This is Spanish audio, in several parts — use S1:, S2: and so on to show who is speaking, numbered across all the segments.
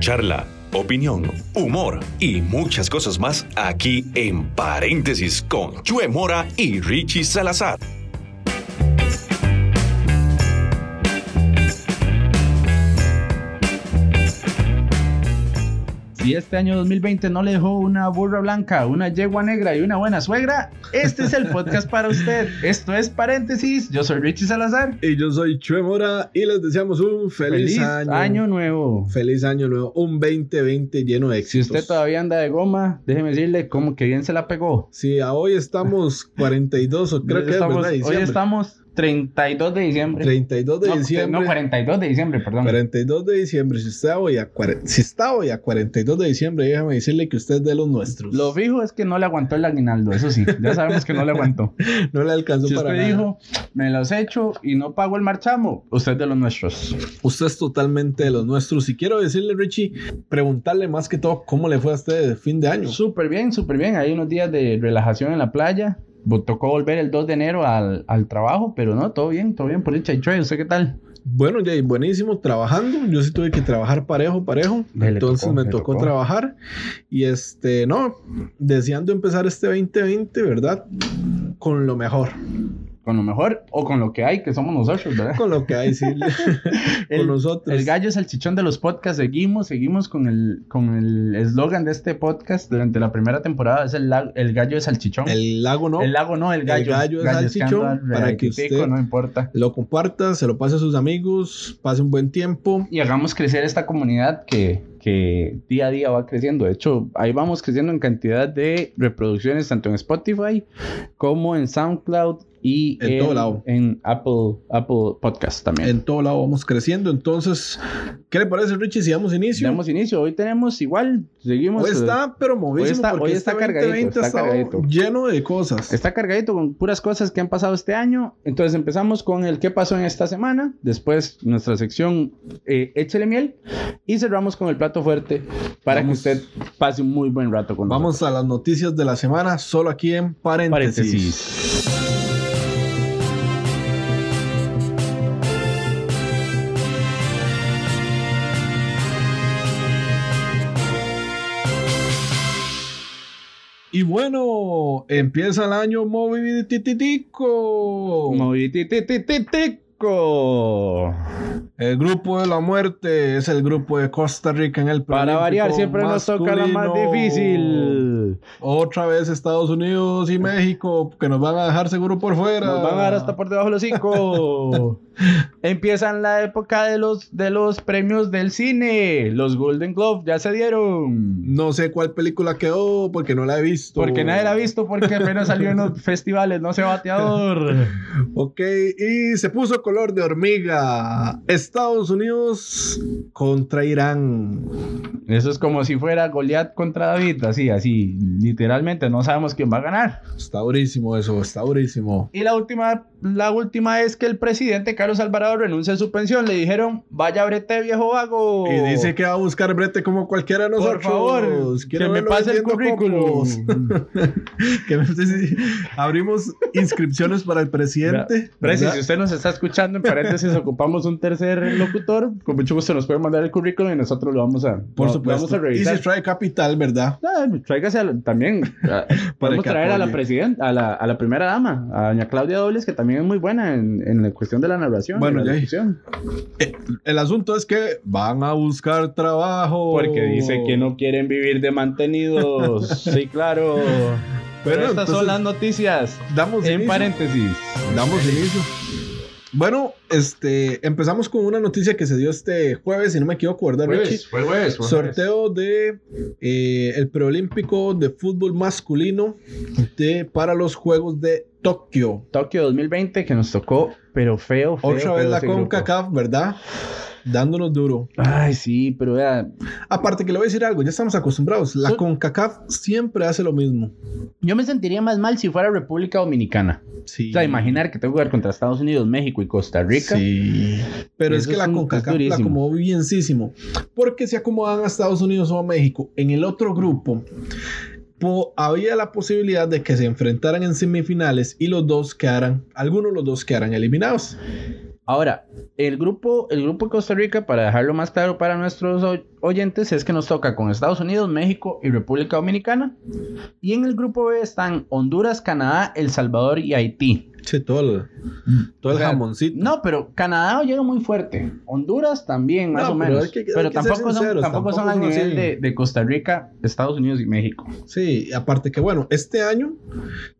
S1: charla, opinión, humor y muchas cosas más aquí en Paréntesis con Chue Mora y Richie Salazar.
S2: Si este año 2020 no le dejó una burra blanca, una yegua negra y una buena suegra, este es el podcast para usted. Esto es Paréntesis, yo soy Richie Salazar.
S3: Y yo soy Chue Mora y les deseamos un feliz, año.
S2: nuevo.
S3: Feliz año nuevo. Un 2020 lleno de
S2: Si
S3: éxitos.
S2: usted todavía anda de goma, déjeme decirle como que bien se la pegó.
S3: Sí, a hoy estamos 42 o creo
S2: Hoy
S3: que es,
S2: estamos-
S3: ¿verdad?
S2: hoy
S3: Diciembre.
S2: estamos 32 de diciembre.
S3: 32 de
S2: No,
S3: diciembre.
S2: No, 42 de diciembre, perdón.
S3: 42 de diciembre, si está, hoy a cuare- si está hoy a 42 de diciembre, déjame decirle que usted es de los nuestros.
S2: Lo fijo es que no le aguantó el aguinaldo, eso sí, ya sabemos que no le aguantó.
S3: No le alcanzó
S2: Si
S3: para
S2: usted
S3: nada.
S2: dijo, me los echo y no pago el marchamo, usted es de los nuestros.
S3: Usted es totalmente de los nuestros. Y quiero decirle, Richie, preguntarle más que todo cómo le fue a usted de fin de año.
S2: Súper bien, súper bien. Hay unos días de relajación en la playa. Bo- Tocó volver el 2 de enero al, al trabajo, pero no, todo bien, todo bien por el Chaychoy. ¿Usted qué tal?
S3: Bueno, Jay, buenísimo trabajando. Yo sí tuve que trabajar parejo, parejo.
S2: Le
S3: Entonces
S2: tocó,
S3: me
S2: le
S3: tocó,
S2: tocó.
S3: trabajar. Y este, no, deseando empezar este 2020, ¿verdad? Con lo mejor.
S2: ¿Con lo mejor o con lo que hay, que somos nosotros, verdad?
S3: Con lo que hay, sí. con
S2: El-
S3: nosotros.
S2: El gallo es el chichón de los podcasts. Seguimos, seguimos con el con el eslogan de este podcast durante la primera temporada. Es el, la- el gallo es el chichón.
S3: El lago no.
S2: El lago no, el
S3: El
S2: gallo.
S3: gallo es salchichón
S2: escándalo,
S3: para que
S2: requetico,
S3: usted-
S2: No importa.
S3: Lo comparta, se lo pase a sus amigos, pase un buen tiempo.
S2: Y hagamos crecer esta comunidad que, que día a día va creciendo. De hecho, ahí vamos creciendo en cantidad de reproducciones, tanto en Spotify como en SoundCloud y
S3: En todo lado.
S2: en Apple, Apple Podcast también.
S3: En todo lado vamos creciendo. Entonces, ¿qué le parece, Richie? Si damos inicio.
S2: Damos inicio. Hoy tenemos igual, seguimos.
S3: Hoy
S2: eh,
S3: está, pero este movido.
S2: está- hoy está cargadito, está cargadito.
S3: lleno de cosas.
S2: Está cargadito con puras cosas que han pasado este año. Entonces empezamos con el qué pasó en esta semana. Después nuestra sección eh, Échele miel. Y cerramos con el plato fuerte para
S3: Vamos.
S2: que usted pase un muy buen rato con
S3: Vamos a las noticias de la semana, solo aquí en paréntesis.
S2: Paréntesis.
S3: Y bueno, empieza el año movidititico.
S2: Movititititico.
S3: El grupo de la muerte es el grupo de Costa Rica en el
S2: Para
S3: Paralímpico
S2: variar, siempre nos toca la más
S3: masculino.
S2: difícil.
S3: Otra vez Estados Unidos y México, que nos van a dejar seguro por fuera.
S2: Nos van a dar hasta por debajo los hocico. Empiezan la época de los, de los premios del cine. Los Golden Globe ya se dieron.
S3: No sé cuál película quedó porque no la he visto.
S2: Porque nadie la ha visto, porque apenas salió en los festivales, no se bateador.
S3: Ok, y se puso color de hormiga. Estados Unidos contra Irán.
S2: Eso es como si fuera Goliath contra David, así, así, literalmente, no sabemos quién va a ganar.
S3: Está durísimo eso, está durísimo.
S2: Y la última, la última es que el presidente Carlos Alvarado renuncia a su pensión, le dijeron, vaya brete viejo vago.
S3: Y dice que va a buscar brete como cualquiera de
S2: Oh. por
S3: nosotros.
S2: favor,
S3: Quiero
S2: que me
S3: verlo
S2: pase el
S3: vendiendo
S2: currículum.
S3: cocos. Que me- Abrimos inscripciones para el presidente.
S2: Preci,
S3: ¿verdad?
S2: si usted nos está escuchando, en paréntesis ocupamos un tercer locutor, con mucho gusto nos puede mandar el currículum y nosotros lo vamos a, lo-
S3: Por
S2: lo
S3: supuesto.
S2: vamos a revisar.
S3: Y si trae capital, ¿verdad?
S2: Ah, tráigase al- también. ah, Podemos
S3: que
S2: traer a la
S3: apoye.
S2: presidenta, a la, a la primera dama, a doña Claudia Dobles, que también es muy buena en, en la cuestión de la narración.
S3: Bueno,
S2: de la
S3: ya.
S2: locución.
S3: El asunto es que van a buscar trabajo.
S2: Porque dice que
S3: Oh.
S2: no quieren vivir de mantenidos. sí, claro. Pero estas son
S3: entonces,
S2: las noticias.
S3: Damos
S2: En
S3: inicio.
S2: paréntesis.
S3: Damos inicio. Bueno, este, empezamos con una noticia que se dio este jueves, si no me equivoco, ¿verdad, Richie?
S2: fue jueves.
S3: pues. Sorteo de eh, el preolímpico de fútbol masculino de, para los Juegos de Tokio.
S2: Tokio 2020 que nos tocó, pero feo, feo.
S3: Otra
S2: feo
S3: vez la
S2: ese grupo.
S3: CONCACAF, ¿verdad? Dándonos duro.
S2: Ay, sí, pero vea,
S3: Aparte que le voy a decir algo, ya estamos acostumbrados. La
S2: Sí.
S3: CONCACAF siempre hace lo mismo.
S2: yo me sentiría más mal si fuera República Dominicana.
S3: Sí.
S2: O sea, imaginar que tengo que jugar contra Estados Unidos, México y Costa Rica.
S3: Sí. Pero es
S2: Eso
S3: que
S2: es
S3: la
S2: un- es
S3: CONCACAF la
S2: durísimo.
S3: acomodó bienísimo. Porque se acomodan a Estados Unidos o a México. En el otro grupo po- había la posibilidad de que se enfrentaran en semifinales y los dos quedaran, algunos de los dos quedaran eliminados.
S2: Ahora, el grupo, el grupo de Costa Rica, para dejarlo más claro para nuestros oy- oyentes, es que nos toca con Estados Unidos, México y República Dominicana. Y en el grupo B están Honduras, Canadá, El Salvador y Haití.
S3: Sí, todo el, todo el
S2: O sea,
S3: jamoncito.
S2: No, pero Canadá llega muy fuerte. Honduras también, más
S3: No,
S2: o
S3: pero
S2: menos.
S3: hay que- hay
S2: pero
S3: que ser
S2: tampoco, son,
S3: sinceros,
S2: tampoco son
S3: tampoco
S2: al
S3: son así.
S2: nivel de, de Costa Rica, Estados Unidos y México.
S3: Sí, aparte que bueno, este año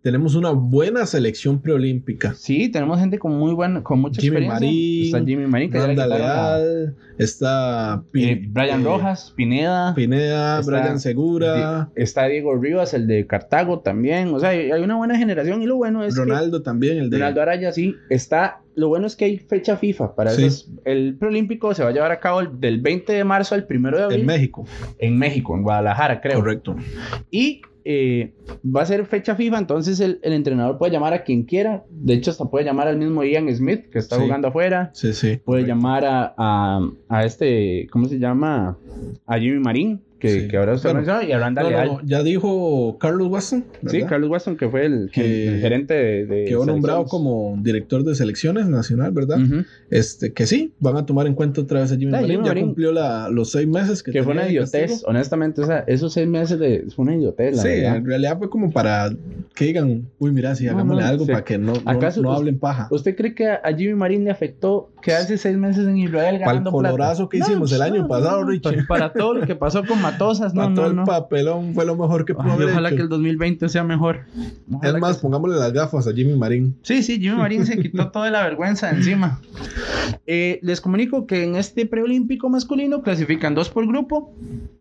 S3: tenemos una buena selección preolímpica.
S2: Sí, tenemos gente con muy buena, con mucha
S3: Jimmy
S2: experiencia.
S3: Marín,
S2: Está Jimmy Marín, que ya le
S3: Randa
S2: quitaron a-
S3: Leal, está Pi-
S2: eh, Brian
S3: eh,
S2: Rojas, Pineda.
S3: Pineda,
S2: Está-
S3: Brian Segura,
S2: Di- Está Diego Rivas, el de Cartago también. O sea, hay hay una buena generación y lo bueno es
S3: Ronaldo también, el
S2: que
S3: de
S2: Ronaldo Araya sí está. Lo bueno es que hay fecha FIFA para
S3: Sí.
S2: esos- El preolímpico se va a llevar a cabo el- del 20 de marzo al 1 de abril
S3: en México.
S2: en México, en Guadalajara, creo.
S3: Correcto.
S2: Y eh, va a ser fecha FIFA, entonces el, el entrenador puede llamar a quien quiera. De hecho, hasta puede llamar al mismo Ian Smith que está
S3: Sí.
S2: jugando afuera.
S3: Sí, sí.
S2: Puede
S3: correcto.
S2: llamar a, a, a este, ¿cómo se llama? A Jimmy Marín, que,
S3: Sí.
S2: que ahora usted
S3: Bueno,
S2: mencionó, y a Branda
S3: No, no,
S2: Leal.
S3: no, ya dijo Carlos Watson,
S2: Sí,
S3: ¿verdad?
S2: Carlos Watson, que fue el,
S3: Que-
S2: el gerente de. de
S3: quedó nombrado
S2: selecciones.
S3: como director de selecciones nacional, ¿verdad?
S2: Ujú.
S3: Este, que sí, van a tomar en cuenta otra vez a Jimmy
S2: Ah,
S3: Marín.
S2: Jimmy
S3: Ya
S2: Marín.
S3: cumplió la- los seis meses que
S2: Que fue
S3: tenía
S2: una
S3: de castigo.
S2: idiotez, honestamente. O sea, esos seis meses de, fue una idiotez, la
S3: sí,
S2: verdad.
S3: en realidad fue como para que digan, uy, mira, si
S2: No,
S3: hagámosle
S2: no,
S3: algo
S2: sí.
S3: para que no, no,
S2: ¿Acaso pues,
S3: no
S2: us-
S3: hablen paja.
S2: ¿Usted cree que a Jimmy Marín le afectó quedarse seis meses en Israel
S3: Para el
S2: ganando plata?
S3: colorazo que hicimos el año pasado, Richie.
S2: Para, para todo lo que pasó con Matosas, no,
S3: para todo
S2: no,
S3: el
S2: no.
S3: papelón fue lo mejor que pudo
S2: Ay,
S3: haber
S2: ojalá
S3: hecho.
S2: que el 2020 sea mejor. Ojalá
S3: Es
S2: que-
S3: más, pongámosle las gafas a Jimmy Marín.
S2: Sí, sí, Jimmy Marín se quitó toda la vergüenza de encima. Eh, les comunico que en este preolímpico masculino clasifican dos por grupo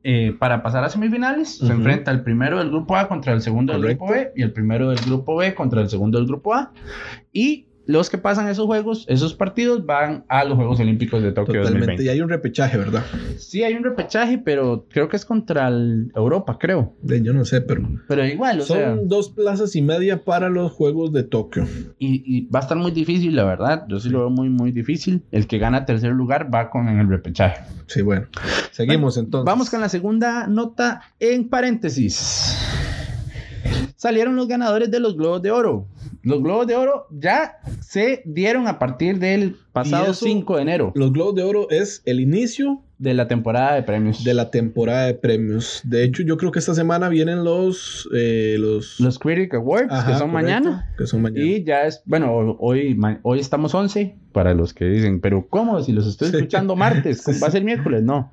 S2: eh, para pasar a semifinales. Se
S3: Ujú.
S2: enfrenta el primero del grupo A contra el segundo del grupo B y el primero del grupo B contra el segundo del grupo A. Y los que pasan esos juegos, esos partidos, van a los Juegos Olímpicos de Tokio
S3: Totalmente.
S2: 2020.
S3: Y hay un repechaje, ¿verdad?
S2: Sí, hay un repechaje, pero creo que es contra el Europa, creo.
S3: De- Yo no sé, pero.
S2: Pero igual, o
S3: Son
S2: sea,
S3: dos plazas y media para los Juegos de Tokio.
S2: y, y va a estar muy difícil, la verdad. Yo sí lo veo muy, muy difícil. El que gana tercer lugar va con en el repechaje.
S3: Sí, bueno. Seguimos entonces.
S2: Vamos con la segunda nota en paréntesis. Salieron los ganadores de los Globos de Oro. Los Globos de Oro ya se dieron a partir del pasado
S3: eso-
S2: 5 de enero
S3: Los Globos de Oro es el inicio
S2: de la temporada de premios.
S3: de la temporada de premios. De hecho, yo creo que esta semana vienen los. eh, los,
S2: Los Critic Awards,
S3: Ajá,
S2: que son
S3: correcto,
S2: mañana.
S3: Que son mañana.
S2: Y ya es, bueno, ho- hoy, ma- hoy estamos 11, para los que dicen, pero ¿cómo? Si los estoy
S3: Sí.
S2: escuchando martes, ¿cómo
S3: Sí,
S2: va a ser miércoles? No,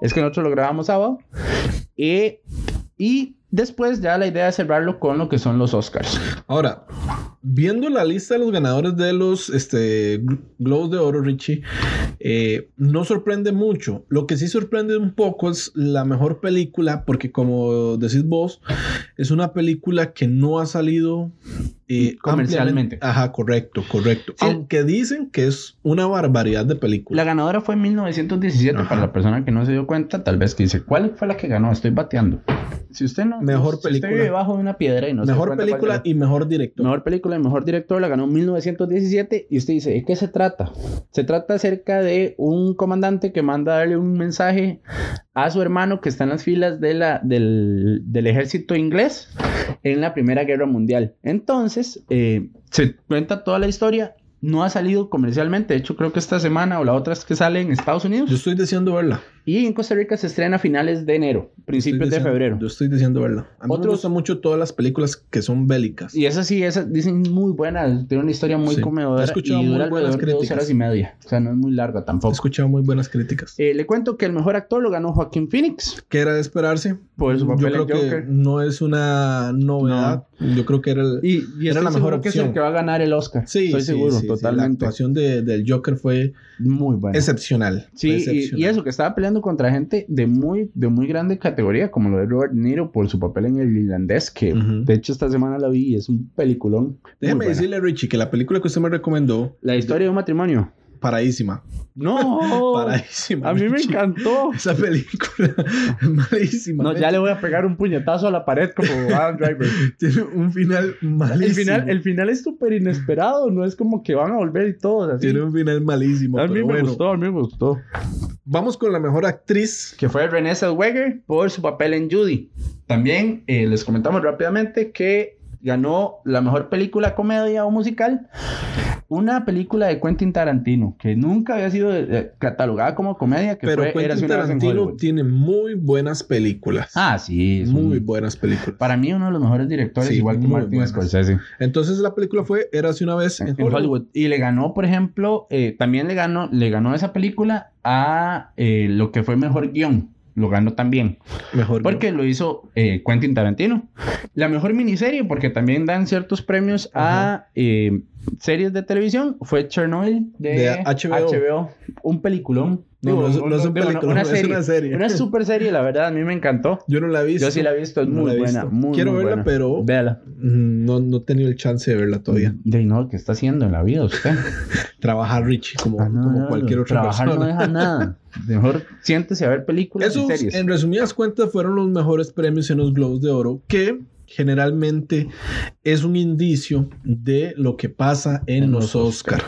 S2: es que nosotros lo grabamos sábado. Y, y después ya la idea es cerrarlo con lo que son los Oscars.
S3: Ahora, viendo la lista de los ganadores de los este, gl- Globos de Oro, Richie, eh, no sorprende mucho. Lo que sí sorprende un poco es la mejor película, porque como decís vos, es una película que no ha salido eh,
S2: Comercialmente.
S3: ampliamente. Ajá, correcto, correcto.
S2: Sí.
S3: Aunque dicen que es una barbaridad de película.
S2: La ganadora fue en 1917,
S3: Ajá.
S2: para la persona que no se dio cuenta, tal vez que dice, ¿cuál fue la que ganó? Estoy bateando. Si usted no...
S3: Mejor
S2: si
S3: película.
S2: usted vive bajo de una piedra y no se dio
S3: mejor
S2: cuenta cuál
S3: película
S2: ganó.
S3: y mejor director.
S2: Mejor película y mejor director la ganó en 1917 y usted dice, ¿de qué se trata? Se trata acerca de un comandante que manda a darle un mensaje a su hermano que está en las filas de la, del, del ejército inglés en la Primera Guerra Mundial. Entonces, eh, se cuenta toda la historia. No ha salido comercialmente, de hecho creo que esta semana o la otra es que sale en Estados
S3: Yo
S2: Unidos
S3: estoy deseando verla.
S2: y en Costa Rica se estrena a finales de enero, principios
S3: Estoy
S2: de
S3: deseando-
S2: febrero.
S3: Yo estoy diciendo verla. A mí me
S2: Otros-
S3: gustan mucho todas las películas que son bélicas.
S2: Y esa sí, esa dicen muy buena, tiene una historia muy
S3: Sí.
S2: comedora
S3: He escuchado
S2: y
S3: muy
S2: dura
S3: buenas
S2: alrededor de dos
S3: críticas.
S2: horas y media. O sea, no es muy larga
S3: He
S2: tampoco.
S3: escuchado muy buenas críticas.
S2: Eh, le cuento que el mejor actor lo ganó Joaquín Phoenix
S3: que era de esperarse.
S2: por su
S3: Mm, Yo
S2: papel
S3: creo
S2: en
S3: que
S2: Joker.
S3: no es una novedad. Yo creo que era el.
S2: Y, y
S3: era
S2: estoy
S3: la mejor
S2: seguro que es el
S3: opción.
S2: que va a ganar el Oscar.
S3: Sí,
S2: estoy
S3: sí,
S2: seguro,
S3: sí, sí, La
S2: totalmente.
S3: actuación de- del Joker fue
S2: muy buena.
S3: excepcional.
S2: Sí,
S3: fue
S2: y-
S3: excepcional.
S2: y, eso, que estaba peleando contra gente de muy, de muy grande categoría, como lo de Robert De Niro por su papel en el irlandés, que
S3: Ujú.
S2: de hecho esta semana la vi y es un peliculón. Muy
S3: Déjeme
S2: buena.
S3: decirle, Richie, que la película que usted me recomendó,
S2: La historia de un matrimonio.
S3: Paraísima.
S2: No,
S3: Paraísima.
S2: Oh, a mí me
S3: Richie.
S2: encantó.
S3: Esa película malísima. ¿eh?
S2: No, ya le voy a pegar un puñetazo a la pared como Adam Driver.
S3: Tiene un final malísimo.
S2: El final, el final es súper inesperado, no es como que van a volver y todo. así.
S3: Tiene un final malísimo.
S2: A mí me
S3: pero bueno.
S2: gustó, a mí me gustó.
S3: Vamos con la mejor actriz.
S2: Que fue Renée Zellweger por su papel en Judy. También eh, les comentamos rápidamente que ganó la mejor película comedia o musical. una película de Quentin Tarantino que nunca había sido eh, catalogada como comedia, que
S3: Pero
S2: fue Érase
S3: Quentin
S2: una vez en
S3: Tarantino
S2: Hollywood.
S3: tiene muy buenas películas.
S2: Ah, sí, es
S3: muy
S2: un-
S3: buenas películas.
S2: Para mí uno de los mejores directores,
S3: Sí,
S2: igual que
S3: muy
S2: Martin
S3: buenas.
S2: Scorsese.
S3: Entonces la película fue Érase una vez en,
S2: en
S3: Hollywood.
S2: Hollywood. Y le ganó, por ejemplo, eh, también le ganó, le ganó esa película a eh, lo que fue mejor guión. Lo ganó también.
S3: Mejor
S2: Porque lo hizo eh, Quentin Tarantino. La mejor miniserie, porque también dan ciertos premios a eh, series de televisión, fue Chernobyl de,
S3: De
S2: HBO.
S3: HBO.
S2: Un peliculón.
S3: No, no es- no es un
S2: digo,
S3: peliculón,
S2: una
S3: es
S2: serie.
S3: una serie.
S2: Una super serie, la verdad, a mí me encantó.
S3: Yo no la he visto.
S2: Yo sí la he visto, es
S3: No
S2: muy
S3: la he
S2: buena.
S3: visto.
S2: Muy,
S3: Quiero
S2: muy
S3: verla,
S2: buena.
S3: pero-
S2: Véala.
S3: Mm, No, no he tenido el chance de verla todavía.
S2: De no, ¿qué está haciendo en la vida usted?
S3: Trabajar Richie como,
S2: Ah, no,
S3: como
S2: no,
S3: cualquier otra
S2: trabajar
S3: persona.
S2: no deja nada. Mejor siéntese a ver películas y
S3: Esos,
S2: series.
S3: en resumidas cuentas, fueron los mejores premios en los Globos de Oro, que generalmente es un indicio de lo que pasa en,
S2: En
S3: los
S2: los
S3: Oscar.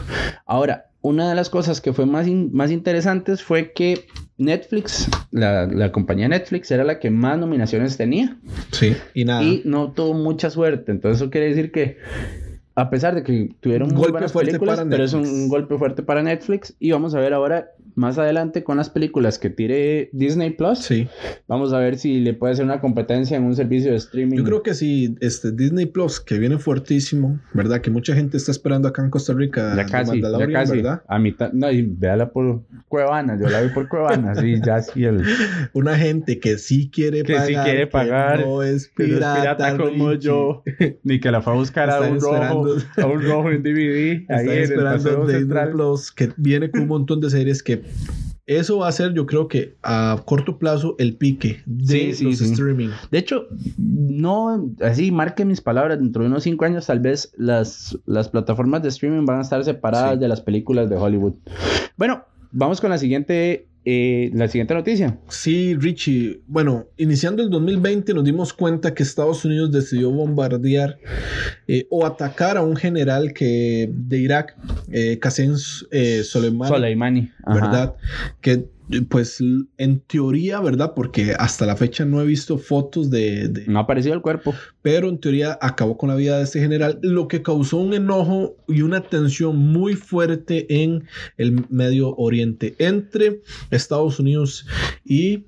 S2: Ahora, una de las cosas que fue más, in- más interesantes fue que Netflix, la, la compañía Netflix, era la que más nominaciones tenía
S3: Sí, y nada.
S2: y no tuvo mucha suerte. Entonces, eso quiere decir que. A pesar de que tuvieron
S3: Un
S2: muy
S3: golpe
S2: buenas
S3: fuerte
S2: películas,
S3: para
S2: pero es un,
S3: Netflix.
S2: golpe fuerte para Netflix. Y vamos a ver ahora, más adelante, con las películas que tire Disney Plus.
S3: Sí,
S2: Vamos a ver si le puede hacer una competencia en un servicio de streaming.
S3: yo creo que sí, este Disney Plus, que viene fuertísimo, ¿verdad? Que mucha gente está esperando acá en Costa Rica.
S2: Ya
S3: The
S2: casi, ya
S3: Mandalorian,
S2: casi.
S3: ¿verdad?
S2: A mitad. No, y véala por Cuevana. Yo la vi por Cuevana. sí, ya sí. El,
S3: Una gente que sí quiere
S2: Que
S3: pagar.
S2: sí quiere pagar,
S3: no es
S2: pero es
S3: pirata,
S2: pirata como
S3: Richie.
S2: yo. Ni que la fue a buscar a
S3: Están
S2: un rojo.
S3: esperando.
S2: A un rojo en DVD. Ahí
S3: Están
S2: en el
S3: esperando
S2: Paseo
S3: Disney
S2: Central.
S3: Plus, que viene con un montón de series que eso va a ser, yo creo que a corto plazo, el pique de
S2: Sí, sí,
S3: los
S2: sí.
S3: streaming.
S2: De hecho, no, así marque mis palabras, dentro de unos cinco años tal vez las, las plataformas de streaming van a estar separadas
S3: Sí.
S2: de las películas de Hollywood. Bueno, vamos con la siguiente, eh, la siguiente noticia.
S3: Sí, Richie. Bueno, iniciando el 2020 nos dimos cuenta que Estados Unidos decidió bombardear eh, o atacar a un general que, de Irak, eh, Qasem eh, Soleimani.
S2: Soleimani. Ajá.
S3: ¿verdad? Que pues l- en teoría, ¿verdad? Porque hasta la fecha no he visto fotos de, de-
S2: No ha aparecido el cuerpo.
S3: pero en teoría acabó con la vida de este general, lo que causó un enojo y una tensión muy fuerte en el Medio Oriente entre Estados Unidos y